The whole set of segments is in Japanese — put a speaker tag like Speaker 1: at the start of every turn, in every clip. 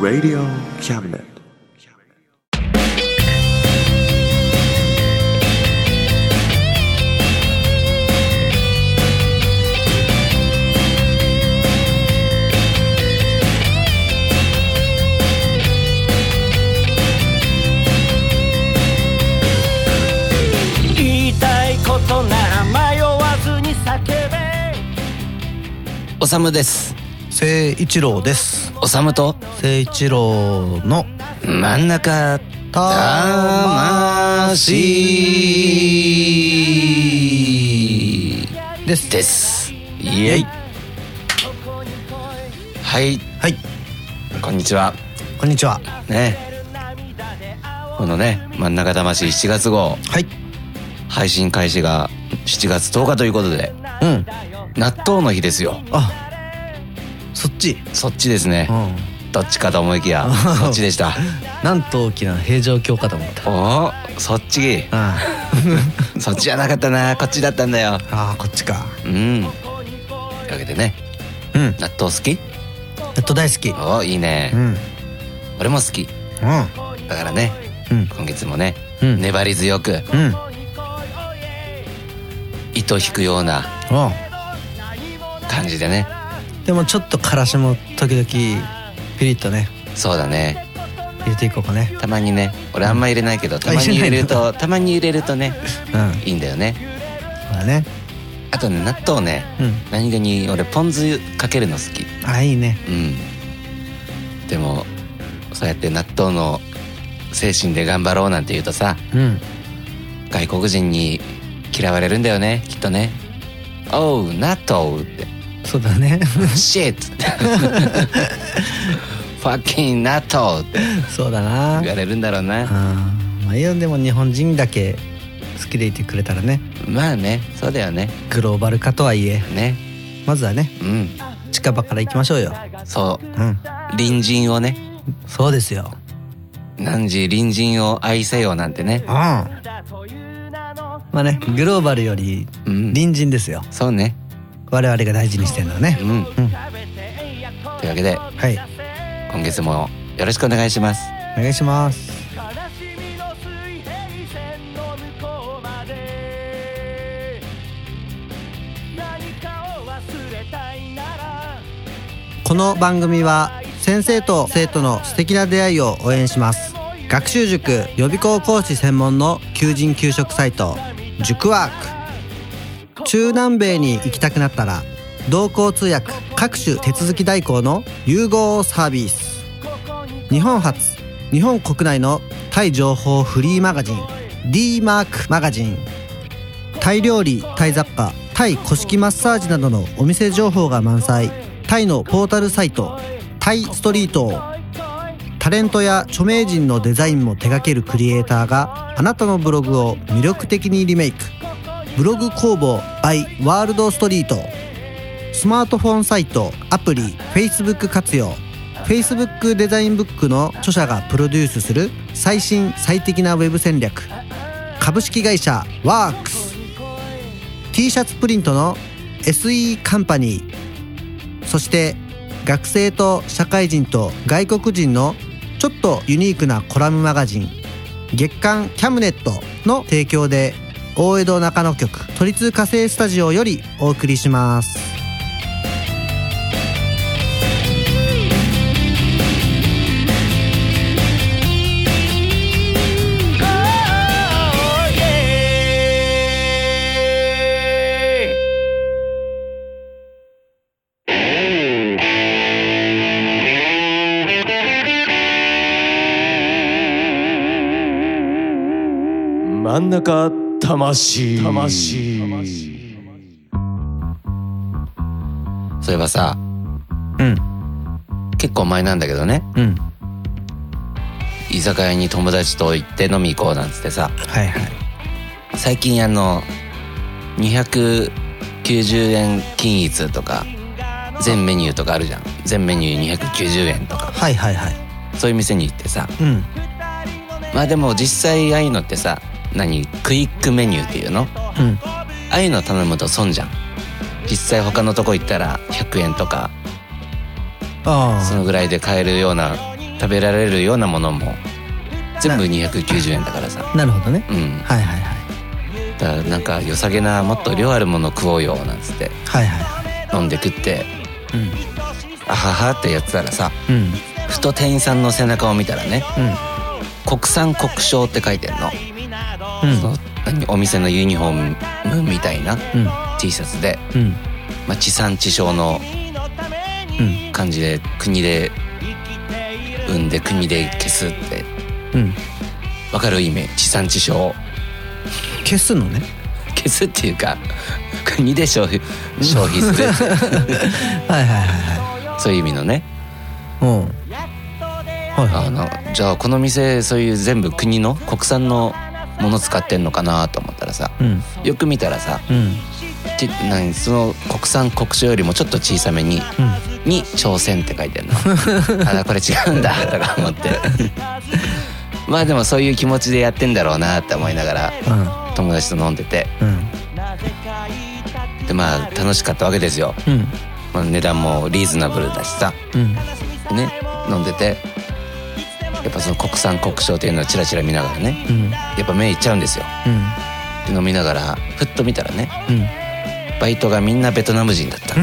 Speaker 1: Radio Cabinet.
Speaker 2: 言いたいことなら迷わずに叫べ
Speaker 3: おさむです
Speaker 4: 聖一郎です
Speaker 3: おさむと
Speaker 4: 聖一郎の
Speaker 3: 真ん中魂
Speaker 4: です
Speaker 3: ですイエイはい
Speaker 4: はい
Speaker 3: こんにちは
Speaker 4: こんにちは
Speaker 3: ねこのね真ん中魂7月号
Speaker 4: はい
Speaker 3: 配信開始が7月10日ということで
Speaker 4: うん
Speaker 3: 納豆の日ですよ
Speaker 4: あそっち
Speaker 3: そっちですね
Speaker 4: うん
Speaker 3: どっちかと思いきやそっちでした
Speaker 4: なんと大きな平城京かと思った
Speaker 3: おおそっち
Speaker 4: あ
Speaker 3: そっちじゃなかったなこっちだったんだよ
Speaker 4: あーこっちか
Speaker 3: うん。というわけでね、
Speaker 4: うん
Speaker 3: 納豆好き
Speaker 4: ネット大好き
Speaker 3: おお、いいね
Speaker 4: う。んうん
Speaker 3: 俺も好き。だからね、
Speaker 4: うん
Speaker 3: 今月もね、
Speaker 4: うん
Speaker 3: 粘り強く、
Speaker 4: うん
Speaker 3: 糸引くような
Speaker 4: お
Speaker 3: 感じでね。
Speaker 4: でもちょっとからしも時々ピリッとね
Speaker 3: そうだね。
Speaker 4: 入れていこうかね
Speaker 3: たまにね、俺あんま入れないけど、たまに
Speaker 4: 入れな
Speaker 3: 入
Speaker 4: い
Speaker 3: れると、たまに入れるとね、
Speaker 4: うんそう
Speaker 3: いいんだよね。
Speaker 4: だね
Speaker 3: あとね、納豆ね、
Speaker 4: うん
Speaker 3: 何気に俺ポン酢かけるの好き。
Speaker 4: あいいね
Speaker 3: うん。でも、そうやって納豆の精神で頑張ろうなんて言うとさ、
Speaker 4: うん
Speaker 3: 外国人に嫌われるんだよねきっとね「おう納豆」って
Speaker 4: そうだね
Speaker 3: 「シ ッ!」って「ファッキン納豆」って
Speaker 4: そうだな
Speaker 3: 言われるんだろうな
Speaker 4: あーまあいやでも日本人だけ好きでいてくれたらね
Speaker 3: まあねそうだよね
Speaker 4: グローバル化とはいえ
Speaker 3: ね
Speaker 4: まずはね
Speaker 3: うん
Speaker 4: 近場から行きましょうよ
Speaker 3: そ
Speaker 4: うん
Speaker 3: う隣人をね
Speaker 4: そうですよ
Speaker 3: 何時隣人を愛せよなんてね
Speaker 4: うんまあねグローバルより
Speaker 3: うん
Speaker 4: 隣人ですよ
Speaker 3: そうね
Speaker 4: 我々が大事にしてるのはね
Speaker 3: うん
Speaker 4: うん
Speaker 3: というわけで
Speaker 4: はい
Speaker 3: 今月もよろしくお願いします
Speaker 4: お願いします
Speaker 2: 悲しみの水平線の向こうまで何かを忘れたいなら
Speaker 4: この番組は先生と生徒の素敵な出会いを応援します学習塾予備校講師専門の求人求職サイト塾ワーク中南米に行きたくなったら同行通訳各種手続き代行の融合サービス日本初日本国内のタイ情報フリーマガジン d マークマガジンタイ料理タイ雑貨タイ古式マッサージなどのお店情報が満載タイのポータルサイトタイストリートタレントや著名人のデザインも手掛けるクリエイターがあなたのブログを魅力的にリメイクブログ工房 by ワールドストリートスマートフォンサイトアプリ Facebook 活用 Facebook デザインブックの著者がプロデュースする最新最適なウェブ戦略株式会社ワークス t シャツプリントの SE カンパニーそして学生と社会人と外国人のちょっとユニークなコラムマガジン月刊キャムネットの提供で大江戸中野局都立火星スタジオよりお送りします
Speaker 1: 真ん中魂魂
Speaker 3: そういえばさ
Speaker 4: うん
Speaker 3: 結構前なんだけどね
Speaker 4: うん
Speaker 3: 居酒屋に友達と行って飲み行こうなんつってさ
Speaker 4: はいはい
Speaker 3: 最近あの290円均一とか全メニューとかあるじゃん全メニュー290円とか
Speaker 4: はいはいはい
Speaker 3: そういう店に行ってさ
Speaker 4: うん
Speaker 3: まあでも実際ああいうのってさ何クイックメニューっていうの
Speaker 4: うん
Speaker 3: ああいうの頼むと損じゃん実際他のとこ行ったら100円とかそ
Speaker 4: あ
Speaker 3: のぐらいで買えるような食べられるようなものも全部290円だからさ
Speaker 4: あなるほどね
Speaker 3: うん
Speaker 4: はいはいはい
Speaker 3: だからなんか良さげなもっと量あるもの食おうよなんつって
Speaker 4: はいはい
Speaker 3: 飲んで食って
Speaker 4: うん
Speaker 3: あははってやってたらさ
Speaker 4: うん
Speaker 3: ふと店員さんの背中を見たらね
Speaker 4: うん
Speaker 3: 国産国商って書いてんの
Speaker 4: うん
Speaker 3: その何お店のユニフォームみたいな
Speaker 4: うん
Speaker 3: T シャツで、
Speaker 4: うん
Speaker 3: まあ、地産地消の
Speaker 4: うん
Speaker 3: 感じで国で産んで国で消すって
Speaker 4: うん
Speaker 3: わかる意味地産地消
Speaker 4: 消すのね
Speaker 3: 消すっていうか国で消費消費する
Speaker 4: はいはいは
Speaker 3: そういう意味のね
Speaker 4: いはいうんはいは
Speaker 3: あのじゃあこの店そういう全部国の国産のもの使ってんのかなと思ったらさ
Speaker 4: いうん
Speaker 3: よく見たらさ
Speaker 4: うん
Speaker 3: ち何その国産国書よりもちょっと小さめに
Speaker 4: うん
Speaker 3: 「に挑戦」って書いてんの あこれ違うん だとか思ってまあでもそういう気持ちでやってんだろうなって思いながら友達と飲んでて
Speaker 4: うん
Speaker 3: でまあ楽しかったわけですよ、
Speaker 4: うん
Speaker 3: まあ、値段もリーズナブルだしさ
Speaker 4: うん
Speaker 3: でね飲んでてやっぱその国産国書っていうのをチラチラ見ながらね
Speaker 4: うん
Speaker 3: やっぱ目いっちゃうんですよ
Speaker 4: うん
Speaker 3: で飲みながらふっと見たらね
Speaker 4: うん
Speaker 3: バイトがみんなベトナム人だったっ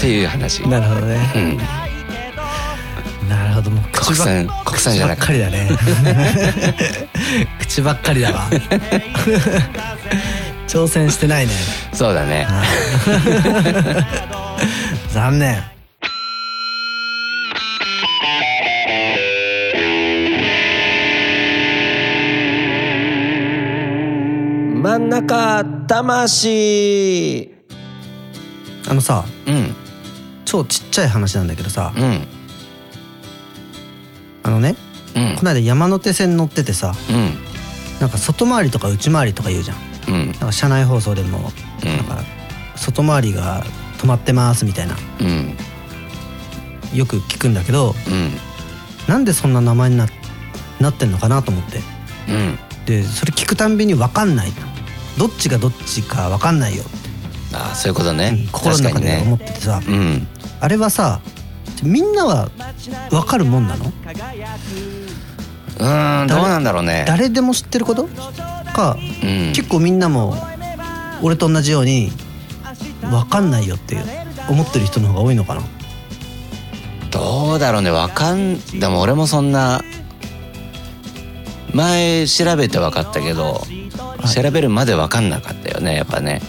Speaker 3: ていう話
Speaker 4: なるほどね
Speaker 3: うん、
Speaker 4: なるほどもう
Speaker 3: 国
Speaker 4: ばっ
Speaker 3: 産国産じゃなく
Speaker 4: 口ばっかりだ ね口ばっかりだわ挑戦してないね
Speaker 3: そうだね
Speaker 4: 残念
Speaker 1: 真ん中魂
Speaker 4: あのさ
Speaker 3: うん
Speaker 4: 超ちっちゃい話なんだけどさ
Speaker 3: うん
Speaker 4: あのね
Speaker 3: うん
Speaker 4: この間山手線乗っててさ
Speaker 3: うん
Speaker 4: なんか外回りとか内回りとか言うじゃん
Speaker 3: うん
Speaker 4: なんか車内放送でも
Speaker 3: うん
Speaker 4: なんか外回りが止まってますみたいな
Speaker 3: うん
Speaker 4: よく聞くんだけど
Speaker 3: うん
Speaker 4: なんでそんな名前にななってんのかなと思って
Speaker 3: うん
Speaker 4: でそれ聞くたんびに分かんないどっちがどっちか分かんないよって
Speaker 3: ああそういうことね
Speaker 4: 心の
Speaker 3: 確か
Speaker 4: 中
Speaker 3: に
Speaker 4: で思っ
Speaker 3: ね
Speaker 4: ててさ、
Speaker 3: うん
Speaker 4: あれはさみんなは分かるもんなの
Speaker 3: うーんどうなんだろうね
Speaker 4: 誰でも知ってることか、
Speaker 3: うん
Speaker 4: 結構みんなも俺と同じように分かんないよって思ってる 人の方が多いのかな
Speaker 3: どうだろうねわかんでも俺もそんな前調べて分かったけど、
Speaker 4: い
Speaker 3: 調べるまで分かんなかったよねやっぱね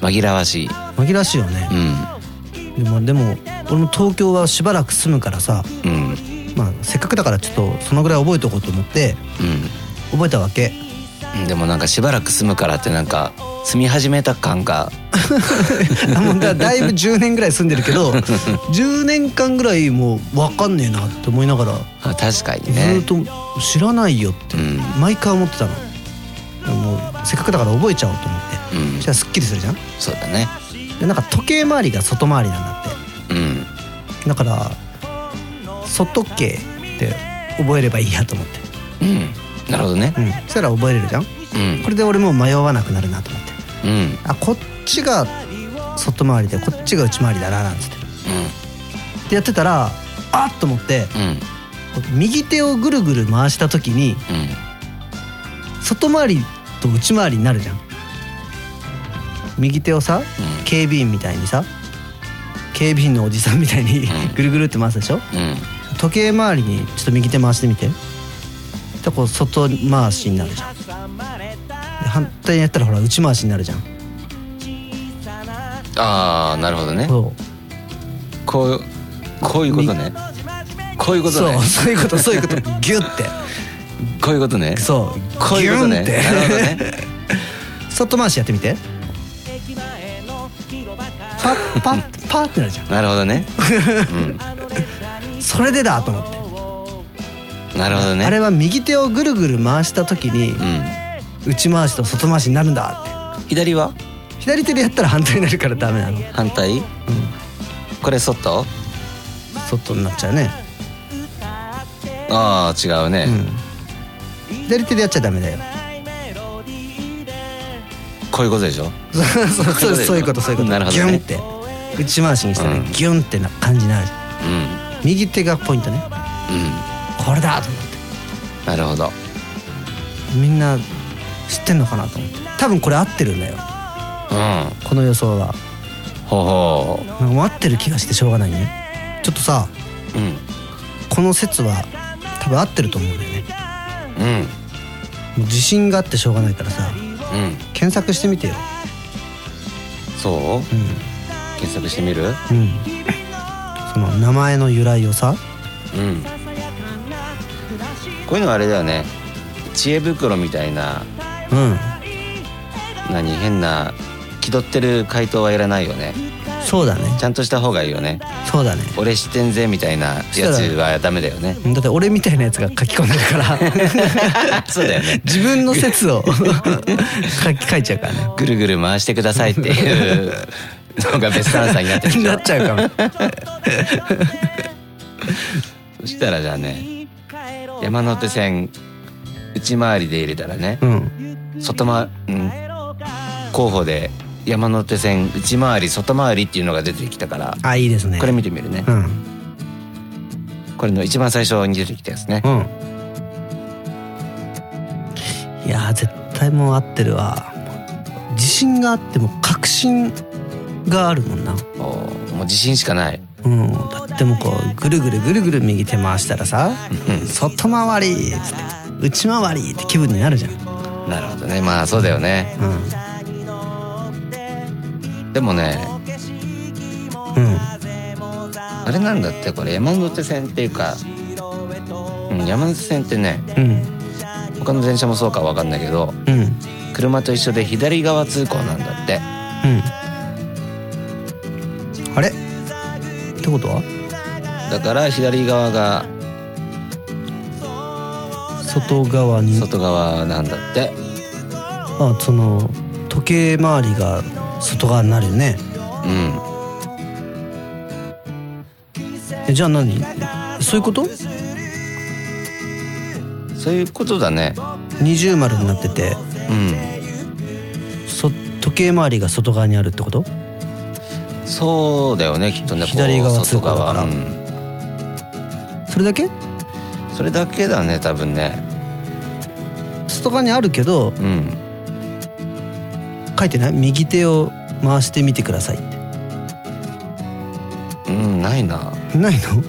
Speaker 3: 紛らわしい
Speaker 4: 紛らわしいよね
Speaker 3: う、ん
Speaker 4: でもでも俺も東京はしばらく住むからさ、
Speaker 3: うんうん
Speaker 4: まあ、せっかくだからちょっとそのぐらい覚えておこうと思って覚えたわけ
Speaker 3: う んでもなんかしばらく住むからってなんか住み始めた感が
Speaker 4: あもうだだいぶ10年ぐらい住んでる けど10年間ぐらいもう分かんねえなって思いながら
Speaker 3: あ確か
Speaker 4: ず
Speaker 3: にね
Speaker 4: ーっと知らないよって
Speaker 3: うん
Speaker 4: 毎回思ってたの。でももうせっかくだから覚えちゃおうと思って
Speaker 3: うん
Speaker 4: そしたらすっきりするじゃん
Speaker 3: そうだね
Speaker 4: でなんか時計回りが外回りなんだっ
Speaker 3: うん
Speaker 4: てだから外計って覚えればいいやと思って、
Speaker 3: うんなるほどね
Speaker 4: うん、そしたら覚えれるじゃん
Speaker 3: うん
Speaker 4: これで俺もう迷わなくなるなと思って
Speaker 3: うんうん
Speaker 4: あこっちが外回りでこっちが内回りだななんつってでやってたらあっと思って
Speaker 3: うん
Speaker 4: 右手をぐるぐる回した時に
Speaker 3: うん
Speaker 4: 外回りと内回りになるじゃん右手をさ警備員みたいにさ警備員のおじさんみたいに ぐるぐるって回すでしょ
Speaker 3: うん
Speaker 4: 時計回りにちょっと右手回してみてでこう外回しになるじゃんで反対にやったらほら内回しになるじゃん
Speaker 3: ああなるほどね
Speaker 4: そう
Speaker 3: こうこういうことねこういうことね
Speaker 4: そう そういうことそういうことギュッ て
Speaker 3: こういうことね
Speaker 4: そう
Speaker 3: こういうことね
Speaker 4: ギュン
Speaker 3: なるほど
Speaker 4: って
Speaker 3: ね
Speaker 4: 外回しやってみてパッパッパッってなるじゃ
Speaker 3: なるほどね。
Speaker 4: んそれでだと思って、
Speaker 3: なるほどね。
Speaker 4: あれは右手をぐるぐる回した時に
Speaker 3: う
Speaker 4: 内回しと外回しになるんだ
Speaker 3: ん。左は
Speaker 4: って左手でやったら反対になるからダメなの
Speaker 3: 反対？これ外？
Speaker 4: 外になっちゃうね
Speaker 3: ああ違うね
Speaker 4: う。ん左手でやっちゃダメだよ
Speaker 3: こういうことでしょ
Speaker 4: そうそうそうそういうことそういうこと
Speaker 3: なるほど
Speaker 4: ギ
Speaker 3: ね
Speaker 4: ュンって内回しにしたら、ね
Speaker 3: うん
Speaker 4: ギュンってな感じになるじゃん
Speaker 3: うん
Speaker 4: 右手がポイントね
Speaker 3: うん
Speaker 4: これだと思って
Speaker 3: なるほど
Speaker 4: みんな知ってんのかなと思って多分これ合ってるんだよ
Speaker 3: うん
Speaker 4: この予想は
Speaker 3: ほうほ
Speaker 4: なんかもう合ってる気がしてしょうがないねちょっとさ
Speaker 3: ううん
Speaker 4: この説は多分合ってると思うんだよね
Speaker 3: うん
Speaker 4: もう自信があってしょうがないからさ
Speaker 3: うん
Speaker 4: 検索してみてよ
Speaker 3: そう
Speaker 4: う
Speaker 3: 検索してみる
Speaker 4: んうんその名前の由来をさ
Speaker 3: うんこういうのはあれだよね知恵袋みたいな
Speaker 4: うん
Speaker 3: 何変な気取ってる回答はいらないよね
Speaker 4: そうだね
Speaker 3: ちゃんとした方がいいよね
Speaker 4: そうだね
Speaker 3: 俺知ってんぜみたいなやつはダメだよね
Speaker 4: だって俺みたいなやつが書き込んでるから
Speaker 3: そうだよね
Speaker 4: 自分の説を書き書いちゃうからね
Speaker 3: ぐるぐる回してくださいっていうのがベストアンサーになってるでし
Speaker 4: な
Speaker 3: ょ
Speaker 4: っちゃうかも
Speaker 3: そしたらじゃあね山手線内回りで入れたらね
Speaker 4: うん
Speaker 3: 外回うん候補で山手線内回り外回りっていうのが出てきたから
Speaker 4: あいいですね
Speaker 3: これ見てみるね
Speaker 4: うん
Speaker 3: これの一番最初に出てきたやつね
Speaker 4: うんいやー絶対もう合ってるわ自信があっても確信があるもんな
Speaker 3: おーもう自信しかない
Speaker 4: うん、だってもうこうぐるぐるぐるぐる右手回したらさ「外回り」っつって「内回り」って気分になるじゃん、う
Speaker 3: なるほどねまあそうだよね
Speaker 4: ん
Speaker 3: でもね
Speaker 4: うん、
Speaker 3: あれなんだってこれ山手線っていうか、うん、山手線ってね
Speaker 4: うん
Speaker 3: 他の電車もそうかわかんないけど
Speaker 4: うん
Speaker 3: 車と一緒で左側通行なんだって
Speaker 4: うんあれってことは
Speaker 3: だから左側が
Speaker 4: 外側に
Speaker 3: 外側なんだって
Speaker 4: あその時計回りが外側になるよね
Speaker 3: うん
Speaker 4: えじゃあ何そういうこと
Speaker 3: そういうことだね
Speaker 4: 二重丸になってて
Speaker 3: うん
Speaker 4: そ時計回りが外側にあるってこと
Speaker 3: そうだよねきっとねこう
Speaker 4: 左側通
Speaker 3: 外
Speaker 4: 行だから
Speaker 3: 側、うん、
Speaker 4: それだけ
Speaker 3: それだけだね多分ね
Speaker 4: 外側にあるけど
Speaker 3: うん
Speaker 4: 書いてない右手を回してみてくださいっ
Speaker 3: うんないな
Speaker 4: てないの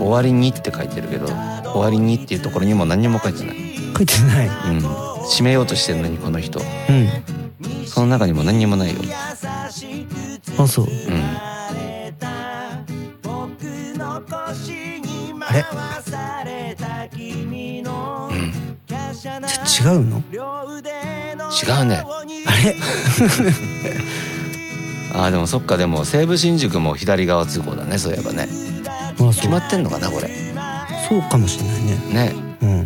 Speaker 3: 終わりにって書いてるけど終わりにっていうところにも何にも書いてない、
Speaker 4: 書いてない
Speaker 3: うん、締めようとしてるのにこの人
Speaker 4: う
Speaker 3: その中にも何にもないよ、
Speaker 4: んあそう
Speaker 3: うん、
Speaker 4: あれ
Speaker 3: うん
Speaker 4: ち違うの
Speaker 3: 違うね
Speaker 4: あれ
Speaker 3: あーでもそっかでも西武新宿も左側通行だねそういえばね
Speaker 4: あそう
Speaker 3: 決まってんのかなこれ
Speaker 4: そうかもしれないね
Speaker 3: ね
Speaker 4: うん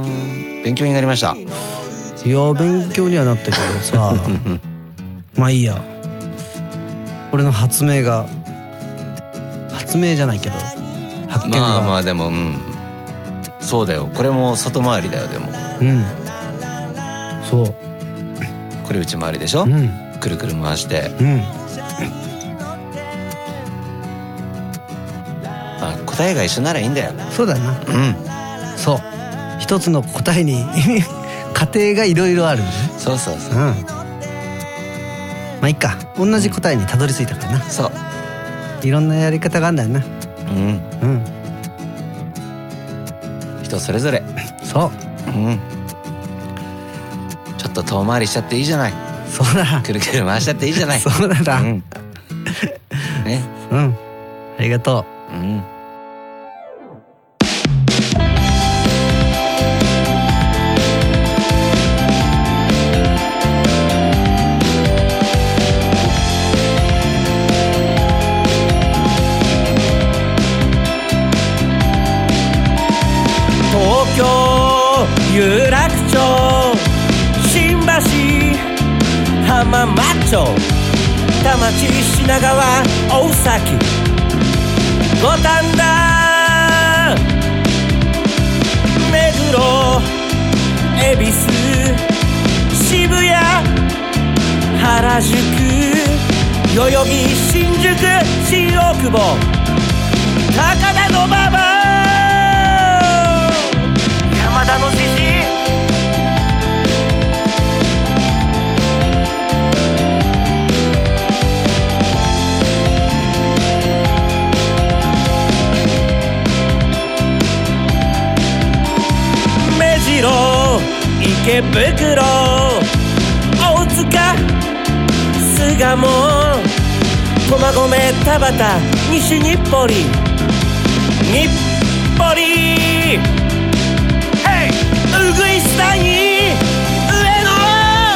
Speaker 3: はーん勉強になりました
Speaker 4: いや勉強にはなったけど さまあいいや俺の発明が発明じゃないけど発見が、
Speaker 3: まあまあでもうんそうだよこれも外回りだよでも
Speaker 4: うんそう
Speaker 3: これ内回りでしょ、
Speaker 4: うん
Speaker 3: くるくる回して
Speaker 4: うん
Speaker 3: あ答えが一緒ならいいんだよ
Speaker 4: そうだな
Speaker 3: うん
Speaker 4: そう一つの答えに 過程がいろいろあるね
Speaker 3: そうそうそう
Speaker 4: うんまあいいか同じ答えにたどり着いたからな
Speaker 3: そう
Speaker 4: いろんなやり方があるんだよな
Speaker 3: うん
Speaker 4: うん
Speaker 3: 人それぞれ
Speaker 4: そ
Speaker 3: う
Speaker 4: う
Speaker 3: んちょっと遠回りしちゃっていいじゃない
Speaker 4: そうだ
Speaker 3: くるくる回しちゃっていいじゃ ない
Speaker 4: そうだな
Speaker 3: う
Speaker 4: うん
Speaker 3: んね
Speaker 4: ありがとう
Speaker 3: うん
Speaker 2: 東京有楽町新橋浜松町田町品川大崎五反田目黒恵比寿原宿代々木新宿新大久保高田の馬場山田のじじい目白池袋大塚巣鴨駒込田端西日暮里日暮里へいうぐいす谷上野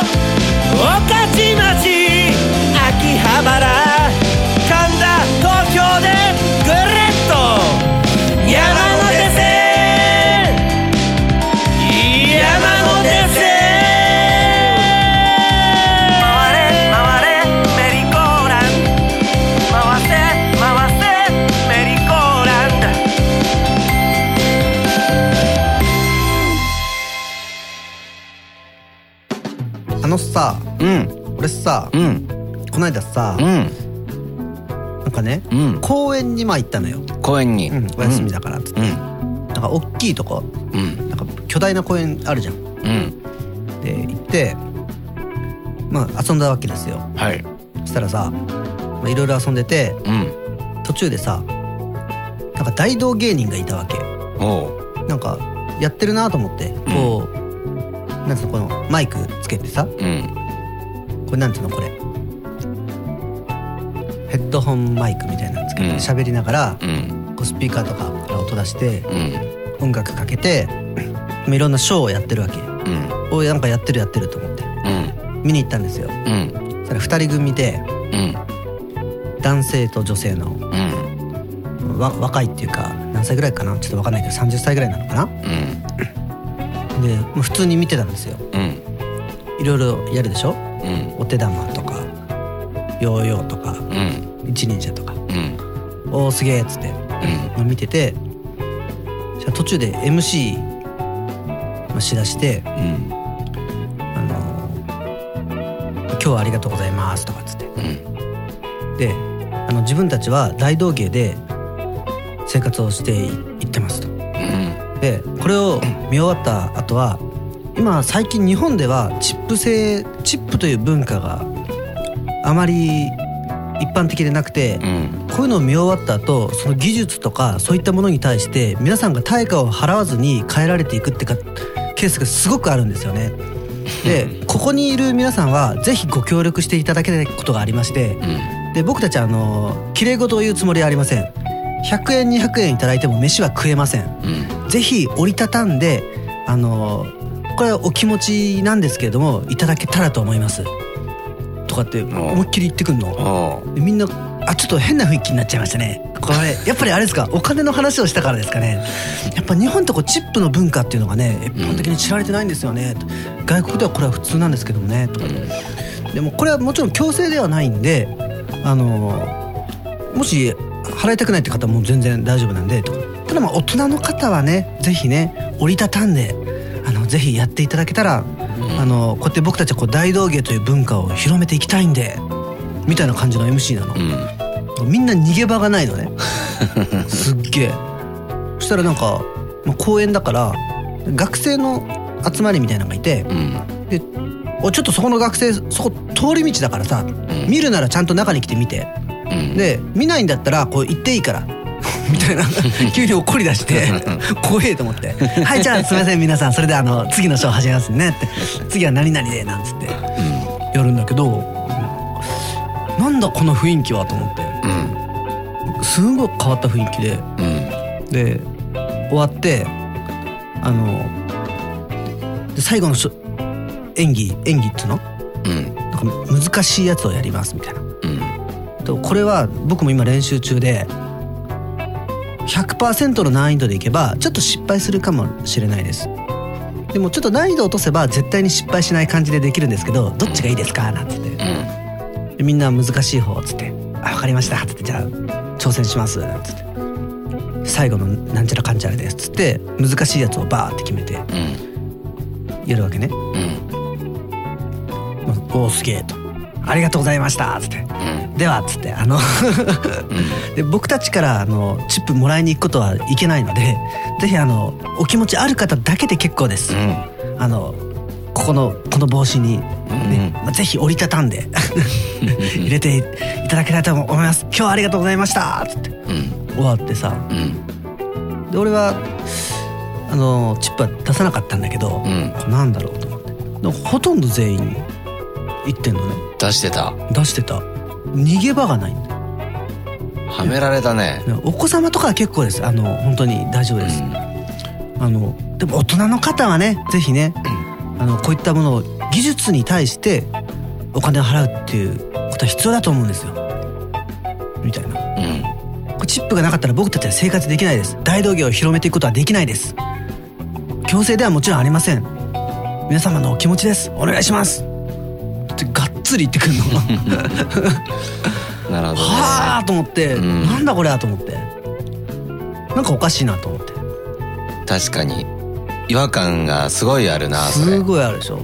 Speaker 2: 御徒町秋葉原神田東京でぐるっと山手線山手線回れ回れメリーゴーラン回せ回せメリーゴーランだ
Speaker 4: あのさ
Speaker 3: うん
Speaker 4: 俺さ
Speaker 3: うん
Speaker 4: こないださ
Speaker 3: うん
Speaker 4: なんかね
Speaker 3: うん
Speaker 4: 公園にまあ行ったのよ
Speaker 3: 公園に、うん、
Speaker 4: お休みだからっつって
Speaker 3: うん
Speaker 4: なんか大きいとこ
Speaker 3: うん
Speaker 4: なんか巨大な公園あるじゃん
Speaker 3: うん
Speaker 4: で行ってまあ遊んだわけですよ
Speaker 3: はい
Speaker 4: そしたらさまあいろいろ遊んでて
Speaker 3: うん
Speaker 4: 途中でさなんか大道芸人がいたわけ
Speaker 3: おう
Speaker 4: なんかやってるなと思ってこう、なんつうのこのマイクつけてさ
Speaker 3: うん
Speaker 4: これなんていうのこれヘッドホンマイクみたいなのつけて
Speaker 3: うん
Speaker 4: 喋、りながら
Speaker 3: うん
Speaker 4: こうスピーカーとかから音出して
Speaker 3: うん
Speaker 4: 音楽かけてまあいろんなショーをやってるわけ
Speaker 3: うん
Speaker 4: おいなんかやってるやってると思って
Speaker 3: うん
Speaker 4: 見に行ったんですよ
Speaker 3: うん
Speaker 4: そしたら2人組で
Speaker 3: うん
Speaker 4: 男性と女性の
Speaker 3: うん
Speaker 4: わ若いっていうか何歳ぐらいかなちょっと分かんないけど30歳ぐらいなのかな
Speaker 3: うん
Speaker 4: でまあ普通に見てたんですよ
Speaker 3: うん
Speaker 4: いろいろやるでしょ
Speaker 3: うん
Speaker 4: お手玉とかヨーヨーとか
Speaker 3: うん
Speaker 4: 一輪車とか
Speaker 3: うん
Speaker 4: おおすげえっつって
Speaker 3: うん
Speaker 4: 見ててじゃあ途中で MC まあしだして
Speaker 3: うん
Speaker 4: 「あのー今日はありがとうございます」とかっつって
Speaker 3: うん
Speaker 4: であの自分たちは大道芸で生活をしていいってますと。
Speaker 3: うん
Speaker 4: でこれを見終わった後は今最近日本ではチップ制チップという文化があまり一般的でなくて、
Speaker 3: うん
Speaker 4: こういうのを見終わった後その技術とかそういったものに対して皆さんが対価を払わずに変えられていくってかケースがすごくあるんですよね。でここにいる皆さんはぜひご協力していただきたいことがありまして
Speaker 3: うん
Speaker 4: で僕たちはあのきれい事を言うつもりはありません。100円200円いただいても飯は食えません。
Speaker 3: うん
Speaker 4: ぜひ折りたたんであのこれはお気持ちなんですけれどもいただけたらと思いますとかって思いっきり言ってくんの
Speaker 3: おう
Speaker 4: でみんなあちょっと変な雰囲気になっちゃいましたねこれやっぱりあれですかお金の話をしたからですかねやっぱ日本とこうチップの文化っていうのがね一般的に知られてないんですよね、外国ではこれは普通なんですけどもねとかでもこれはもちろん強制ではないんであのもし払いたくないって方も全然大丈夫なんでとかただまあ大人の方はねぜひね折りたたんであのぜひやっていただけたら、あのこうやって僕たちはこう大道芸という文化を広めていきたいんでみたいな感じの MC なの
Speaker 3: う、ん
Speaker 4: みんな逃げ場がないの ねすっげえそしたらなんか、まあ、公園だから学生の集まりみたいなのがいて、
Speaker 3: うん
Speaker 4: でおちょっとそこの学生そこ通り道だからさ
Speaker 3: ん
Speaker 4: 見るならちゃんと中に来て見て
Speaker 3: うん
Speaker 4: で見ないんだったらこう行っていいから みた いな急に怒り出して怖えと思って「はいじゃあすいません皆さんそれであの次のショー始めますね」って「次は何々で」なんつってやるんだけどなんだこの雰囲気はと思って
Speaker 3: うん
Speaker 4: すんごく変わった雰囲気で
Speaker 3: うん
Speaker 4: で終わってあので最後のショ演技演技っていうの
Speaker 3: うん
Speaker 4: なんか難しいやつをやりますみたいな。
Speaker 3: うん
Speaker 4: とこれは僕も今練習中で100%の難易度でいけばちょっと失敗するかもしれないです。でもちょっと難易度を落とせば絶対に失敗しない感じでできるんですけどどっちがいいですかなんつって
Speaker 3: うん
Speaker 4: でみんな難しい方っつって「あ分かりました」っつって「じゃあ挑戦します」なんつって最後のなんちゃらかんちゃらですっつって難しいやつをバーって決めて
Speaker 3: うん
Speaker 4: やるわけね。
Speaker 3: うん
Speaker 4: まあおおすげえとありがとうございました」つって「では」つってあの で僕たちからあのチップもらいに行くことはいけないのでぜひあのお気持ちある方だけで結構です。あのここのこの帽子に、ねまあ、ぜひ折りたたん で入れていただけたらと思います今日はありがとうございましたつって終わってさで俺はあのチップは出さなかったんだけど、なんだろうと思ってでもほとんど全員行ってんのね
Speaker 3: 出してた
Speaker 4: 出してた逃げ場がないんだよ
Speaker 3: はめられたね
Speaker 4: ねお子様とかは結構ですあの本当に大丈夫です、あのでも大人の方はねぜひねあのこういったものを技術に対してお金を払うっていうことは必要だと思うんですよみたいなこ
Speaker 3: うん
Speaker 4: れチップがなかったら僕たちは生活できないです大道芸を広めていくことはできないです強制ではもちろんありません皆様のお気持ちですお願いしますってがっつり言ってくるの
Speaker 3: なるほどね
Speaker 4: はあと思って、
Speaker 3: うん
Speaker 4: なんだこれはと思ってなんかおかしいなと思って
Speaker 3: 確かに違和感がすごいあるなそれ
Speaker 4: すごいあるでしょ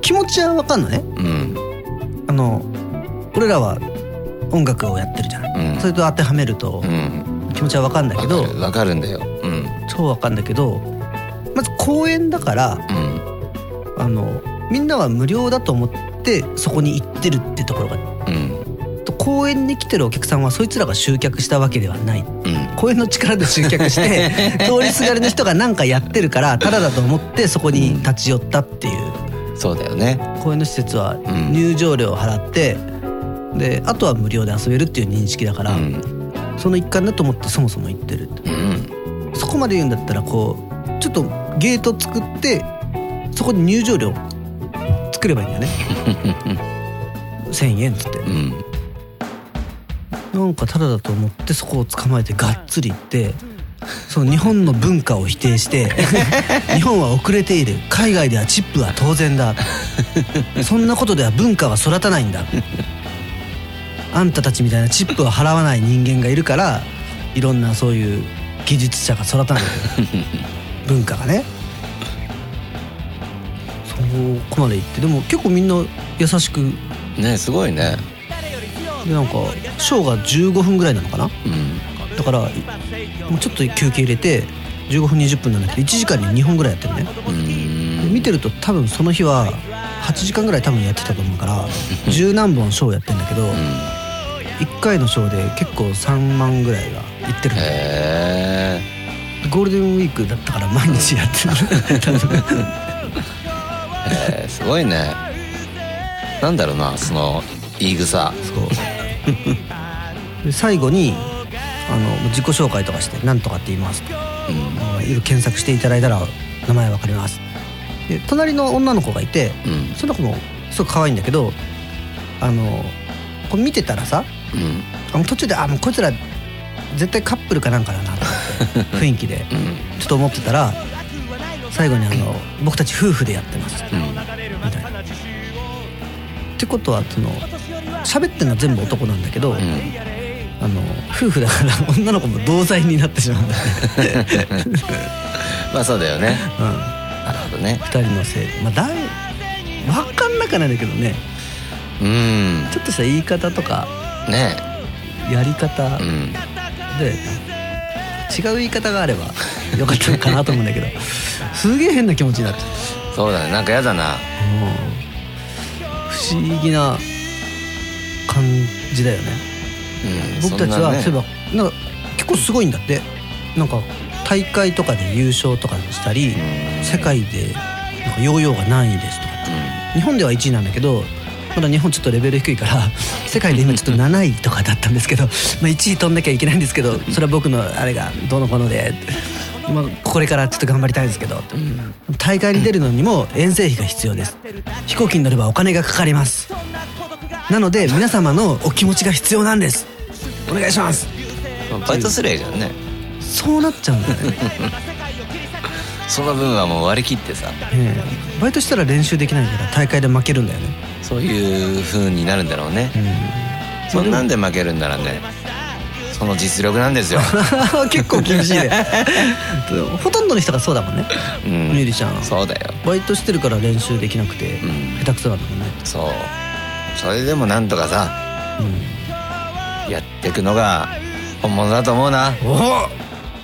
Speaker 4: 気持ちはわかんのね
Speaker 3: うん
Speaker 4: あの俺らは音楽をやってるじゃない、
Speaker 3: うん
Speaker 4: それと当てはめると
Speaker 3: うん
Speaker 4: 気持ちはわかんだけ
Speaker 3: わ
Speaker 4: ど、
Speaker 3: かるわかるんだようん
Speaker 4: 超わかんだけどまず公演だから
Speaker 3: うん
Speaker 4: あのみんなは無料だと思ってそこに行ってるってところが
Speaker 3: うん
Speaker 4: と公演に来てるお客さんはそいつらが集客したわけではない
Speaker 3: うん
Speaker 4: 公演の力で集客して 通りすがりの人が何かやってるからただだと思ってそこに立ち寄ったっていう
Speaker 3: そうだよね
Speaker 4: 公園の施設は
Speaker 3: ん
Speaker 4: 入場料を払って、であとは無料で遊べるっていう認識だか
Speaker 3: う
Speaker 4: ら、
Speaker 3: ん
Speaker 4: その一環だと思ってそもそも行ってる
Speaker 3: うん
Speaker 4: そこまで言うんだったらこうちょっとゲート作ってそこに入場料作ればいいんだよね 1,000円っつって
Speaker 3: うん
Speaker 4: なんかタダだと思ってそこを捕まえてがっつり行ってその日本の文化を否定して日本は遅れている海外ではチップは当然だそんなことでは文化は育たないんだあんたたちみたいなチップを払わない人間がいるからいろんなそういう技術者が育たない文化がねそこまで行ってでも結構みんな優しく
Speaker 3: ねすごいね
Speaker 4: でなんかショーが15分ぐらいなのかな
Speaker 3: うん
Speaker 4: だからもうちょっと休憩入れて15分20分なんだけど1時間に2本ぐらいやってるね
Speaker 3: う
Speaker 4: で
Speaker 3: ん
Speaker 4: 見てると多分その日は8時間ぐらい多分やってたと思 うから十何本ショーやってんだけど1回のショーで結構3万ぐらいがいってるの
Speaker 3: へ
Speaker 4: ゴールデンウィークだったから毎日やってる多 分
Speaker 3: えすごいねなんだろうなその言い草
Speaker 4: そうで最後にあの自己紹介とかして「なんとかって言います」
Speaker 3: うん
Speaker 4: あのいろいろ検索していただいたら名前わかりますで隣の女の子がいて
Speaker 3: うん
Speaker 4: その子もすごく可愛いんだけどあのこう見てたらさ
Speaker 3: うん
Speaker 4: あの途中で「あもうこいつら絶対カップルかなんかだな」と思っ て雰囲気で
Speaker 3: うん
Speaker 4: ちょっと思ってたら最後にあの「僕たち夫婦でやってます」
Speaker 3: うん
Speaker 4: みたいな。ってことはその喋ってるのは全部男なんだけど、
Speaker 3: うん
Speaker 4: あの夫婦だから女の子も同罪になってしまうんだよね。
Speaker 3: まあそうだよね
Speaker 4: うん
Speaker 3: なるほどね
Speaker 4: 二人のせいまあだい分かんなくはないんだけどね
Speaker 3: うん
Speaker 4: ちょっとした言い方とか
Speaker 3: ね
Speaker 4: やり方
Speaker 3: うん
Speaker 4: で、違う言い方があればよかったのかなと思うんだけどすげえ変な気持ちになっちゃっ
Speaker 3: そうだねなんかやだな
Speaker 4: たもう不思議な感じだよね
Speaker 3: うん
Speaker 4: 僕たち
Speaker 3: そんな
Speaker 4: は
Speaker 3: ね
Speaker 4: そういえばなんか結構すごいんだってなんか大会とかで優勝とかしたり世界でなんかヨーヨーが何位ですとか日本では1位なんだけどまだ日本ちょっとレベル低い から世界で今ちょっと7位とかだったんですけど、まあ、1位取んなきゃいけないんですけどそれは僕のあれがどうのこうので、まあ、これからちょっと頑張りたいんですけど大会に出るのにも遠征費が必要です飛行機に乗ればお金がかかりますなので皆様のお気持ちが必要なんですお願いします
Speaker 3: うんバイトすりゃいいじゃんね
Speaker 4: そうなっちゃうんだよね、
Speaker 3: その分はもう割り切ってさ
Speaker 4: ええ バイトしたら練習できないから大会で負けるんだよね
Speaker 3: そういう風になるんだろうねそんなんで負けるんならねその実力なん ですよ
Speaker 4: 結構厳しい ねほとんどの人がそうだもんね、
Speaker 3: うん
Speaker 4: ミュージシャン
Speaker 3: そうだよ
Speaker 4: バイトしてるから練習できなくて、
Speaker 3: うん
Speaker 4: 下手くそなんだもんね
Speaker 3: そうそれでもなんとかさ、やっていくのが本物だと思うな
Speaker 4: お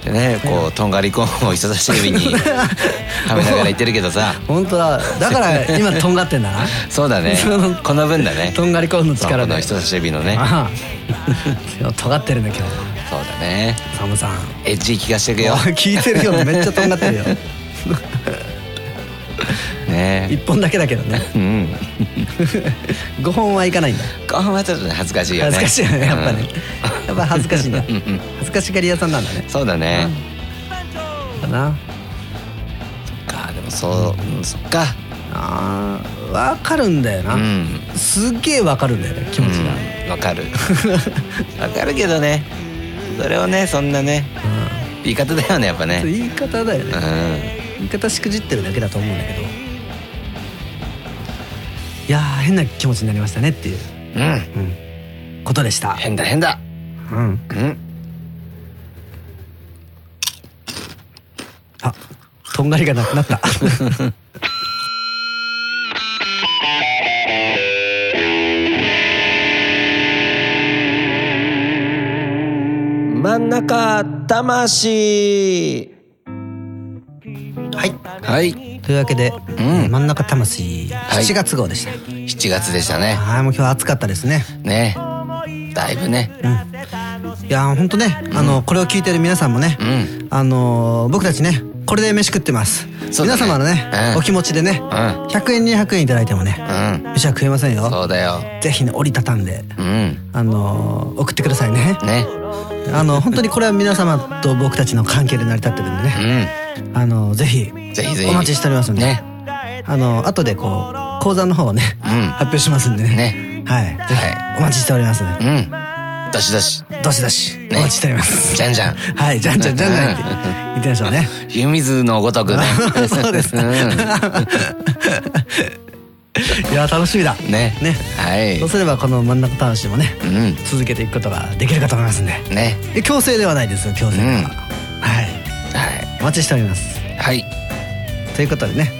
Speaker 3: でねこうとんがりコーンを人差し指に はめながら言ってるけどさ
Speaker 4: 本当だだから今とんがってんだな
Speaker 3: そうだね
Speaker 4: その
Speaker 3: この分だね
Speaker 4: とんがりコーンの
Speaker 3: そう
Speaker 4: 力
Speaker 3: この
Speaker 4: で
Speaker 3: 人差し指のね
Speaker 4: ああ今日尖ってるね今
Speaker 3: そうだね
Speaker 4: 日サムさん
Speaker 3: エッジ効かしてくよ
Speaker 4: 聞いてるよめっちゃとんがってる よ
Speaker 3: ね
Speaker 4: 一本だけだけどね
Speaker 3: うん
Speaker 4: 5本はいかないんだ
Speaker 3: 後半はちょっとね恥ずかしいよね
Speaker 4: 恥ずかしいよねやっぱね、やっぱ恥ずかしいんだ
Speaker 3: うんうんうん
Speaker 4: 恥ずかしがり屋さんなんだね
Speaker 3: そうだね
Speaker 4: だな
Speaker 3: かでもそううんそっか
Speaker 4: あーわかるんだよな、
Speaker 3: うん
Speaker 4: すっげえわかるんだよね気持ちが、
Speaker 3: うんわかるわかるけどねそれをねそんなね言い方だよねやっぱ
Speaker 4: うん
Speaker 3: ね
Speaker 4: 言い方だよ
Speaker 3: う
Speaker 4: ね
Speaker 3: ん
Speaker 4: 言い方しくじってるだけだと思うんだけどいやー変な気持ちになりましたねっていう
Speaker 3: うん
Speaker 4: ことでした、
Speaker 3: 変だ変だ
Speaker 4: うん、
Speaker 3: うん
Speaker 4: あとんがりがなくなった
Speaker 1: 真ん中魂
Speaker 4: はい
Speaker 3: はい
Speaker 4: というわけで、
Speaker 3: ん
Speaker 4: 真ん中魂
Speaker 3: い
Speaker 4: 7月号でした、
Speaker 3: 7月でしたね
Speaker 4: ああもう今日暑かったですね
Speaker 3: ねだいぶね
Speaker 4: いやーほんとね、あのこれを聞いてる皆さんもね、
Speaker 3: うん
Speaker 4: あのー僕たちねこれで飯食ってます、
Speaker 3: そうだ
Speaker 4: 皆
Speaker 3: ね
Speaker 4: 様のね、
Speaker 3: うん
Speaker 4: お気持ちでね
Speaker 3: うん
Speaker 4: 100円200円いただいてもね、
Speaker 3: うん
Speaker 4: 飯は食えませんよ
Speaker 3: そうだよ
Speaker 4: ぜひね折りたたんで
Speaker 3: うん
Speaker 4: あのー送ってくださいね
Speaker 3: ね
Speaker 4: あ の本当にこれは皆様と僕たちの関係で成り立ってるん
Speaker 3: う
Speaker 4: でね、
Speaker 3: ん
Speaker 4: あのーぜひ
Speaker 3: ぜひぜひ
Speaker 4: お待ちしておりますんで、
Speaker 3: ね
Speaker 4: あのー後でこう講座の方をね、発表しますんでね
Speaker 3: ね
Speaker 4: はいぜ
Speaker 3: は
Speaker 4: ひお待ちしております
Speaker 3: いうんどしどし
Speaker 4: どしどしお待ちしております、
Speaker 3: じゃんじゃん
Speaker 4: はいじゃんじゃんじゃんじゃんって言ってみましょう ね
Speaker 3: 湯水のごとくね
Speaker 4: そうです ね
Speaker 3: う
Speaker 4: いや楽しみだ
Speaker 3: んね
Speaker 4: ね
Speaker 3: はい
Speaker 4: そうすればこの真ん中楽しみもね
Speaker 3: うん
Speaker 4: 続けていくことができるかと思いますんで
Speaker 3: ね
Speaker 4: で強制ではないですよ強制では、
Speaker 3: うん
Speaker 4: はい
Speaker 3: は
Speaker 4: お待ちしておりま
Speaker 3: い
Speaker 4: す
Speaker 3: はい
Speaker 4: ということでね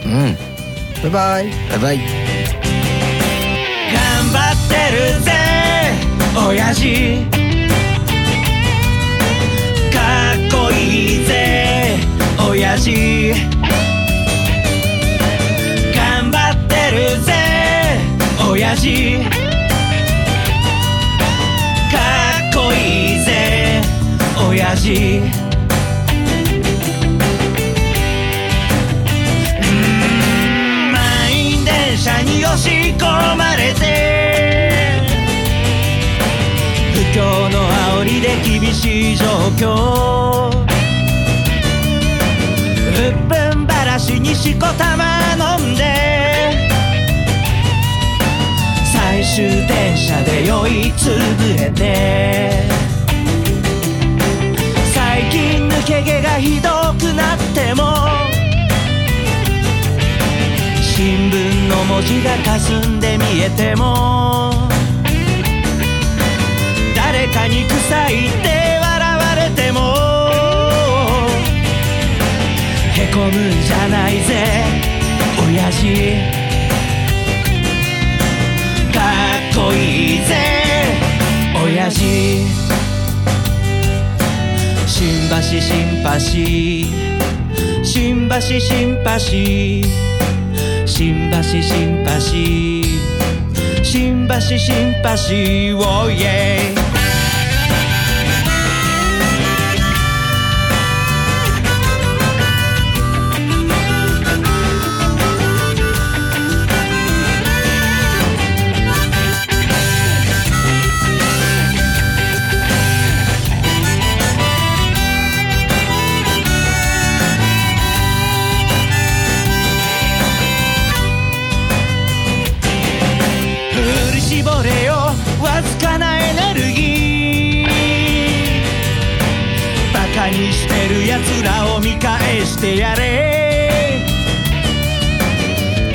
Speaker 3: うん
Speaker 4: バ
Speaker 3: バ
Speaker 4: イバイ
Speaker 3: イバイ
Speaker 2: 頑張ってるぜ親父かっこいいぜ親父頑張ってるぜ親父かっこいいぜ親父満員電車に押し込まれて不況の煽りで厳しい状況うっぷんばらしにしこたま飲んで最終電車で酔いつぶれて最近抜け毛がひどくなっても新聞の文字が霞んで見えても誰かに臭いって笑われてもへこむんじゃないぜ親父かっこいいぜ親父新橋シンパシー新橋シンパシー新橋新橋新橋新橋おいえ振り絞れよわずかなエネルギーバカにしてるやつらを見返してやれ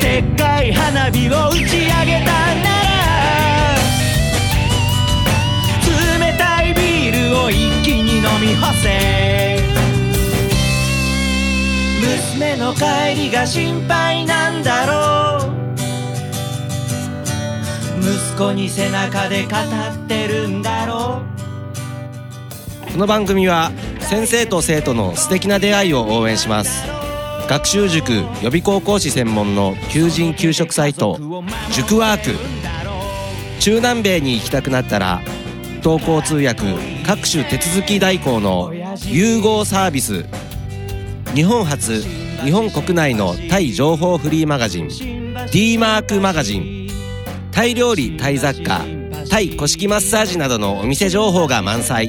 Speaker 2: でっかい花火を打ち上げたなら冷たいビールを一気に飲み干せ娘の帰りが心配なんだろう息こに背中で語ってるんだろ
Speaker 1: この番組は先生と生徒の素敵な出会いを応援します学習塾予備高校師専門の求人・給食サイト塾ワーク中南米に行きたくなったら同行通訳各種手続き代行の融合サービス日本初日本国内のタイ情報フリーマガジン d マークマガジンタイ料理タイ雑貨タイ古式マッサージなどのお店情報が満載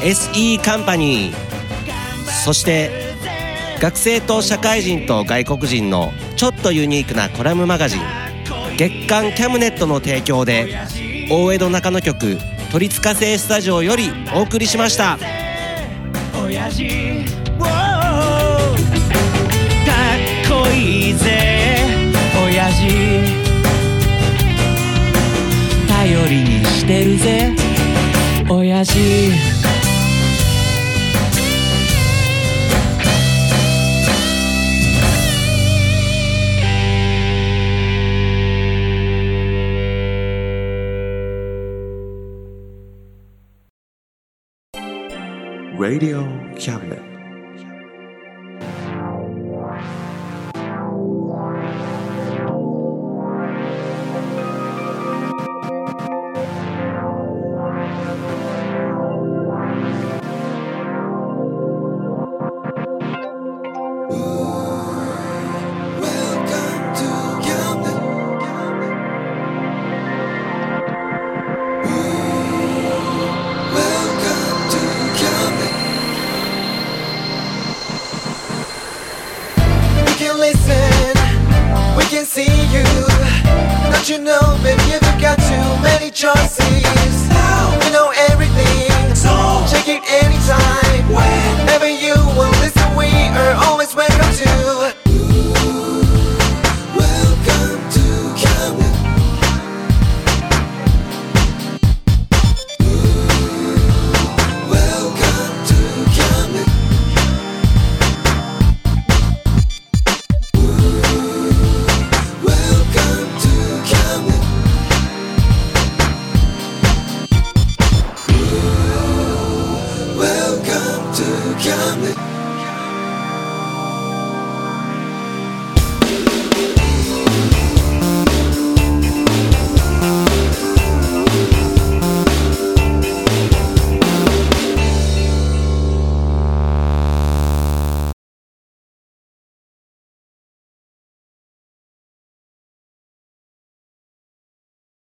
Speaker 1: SE カンパニーそして学生と社会人と外国人のちょっとユニークなコラムマガジン月刊キャムネットの提供で大江戸中野局「鳥塚製スタジオ」よりお送りしました。
Speaker 2: う親父 Wow かっこいいぜ親父頼りにしてるぜ親父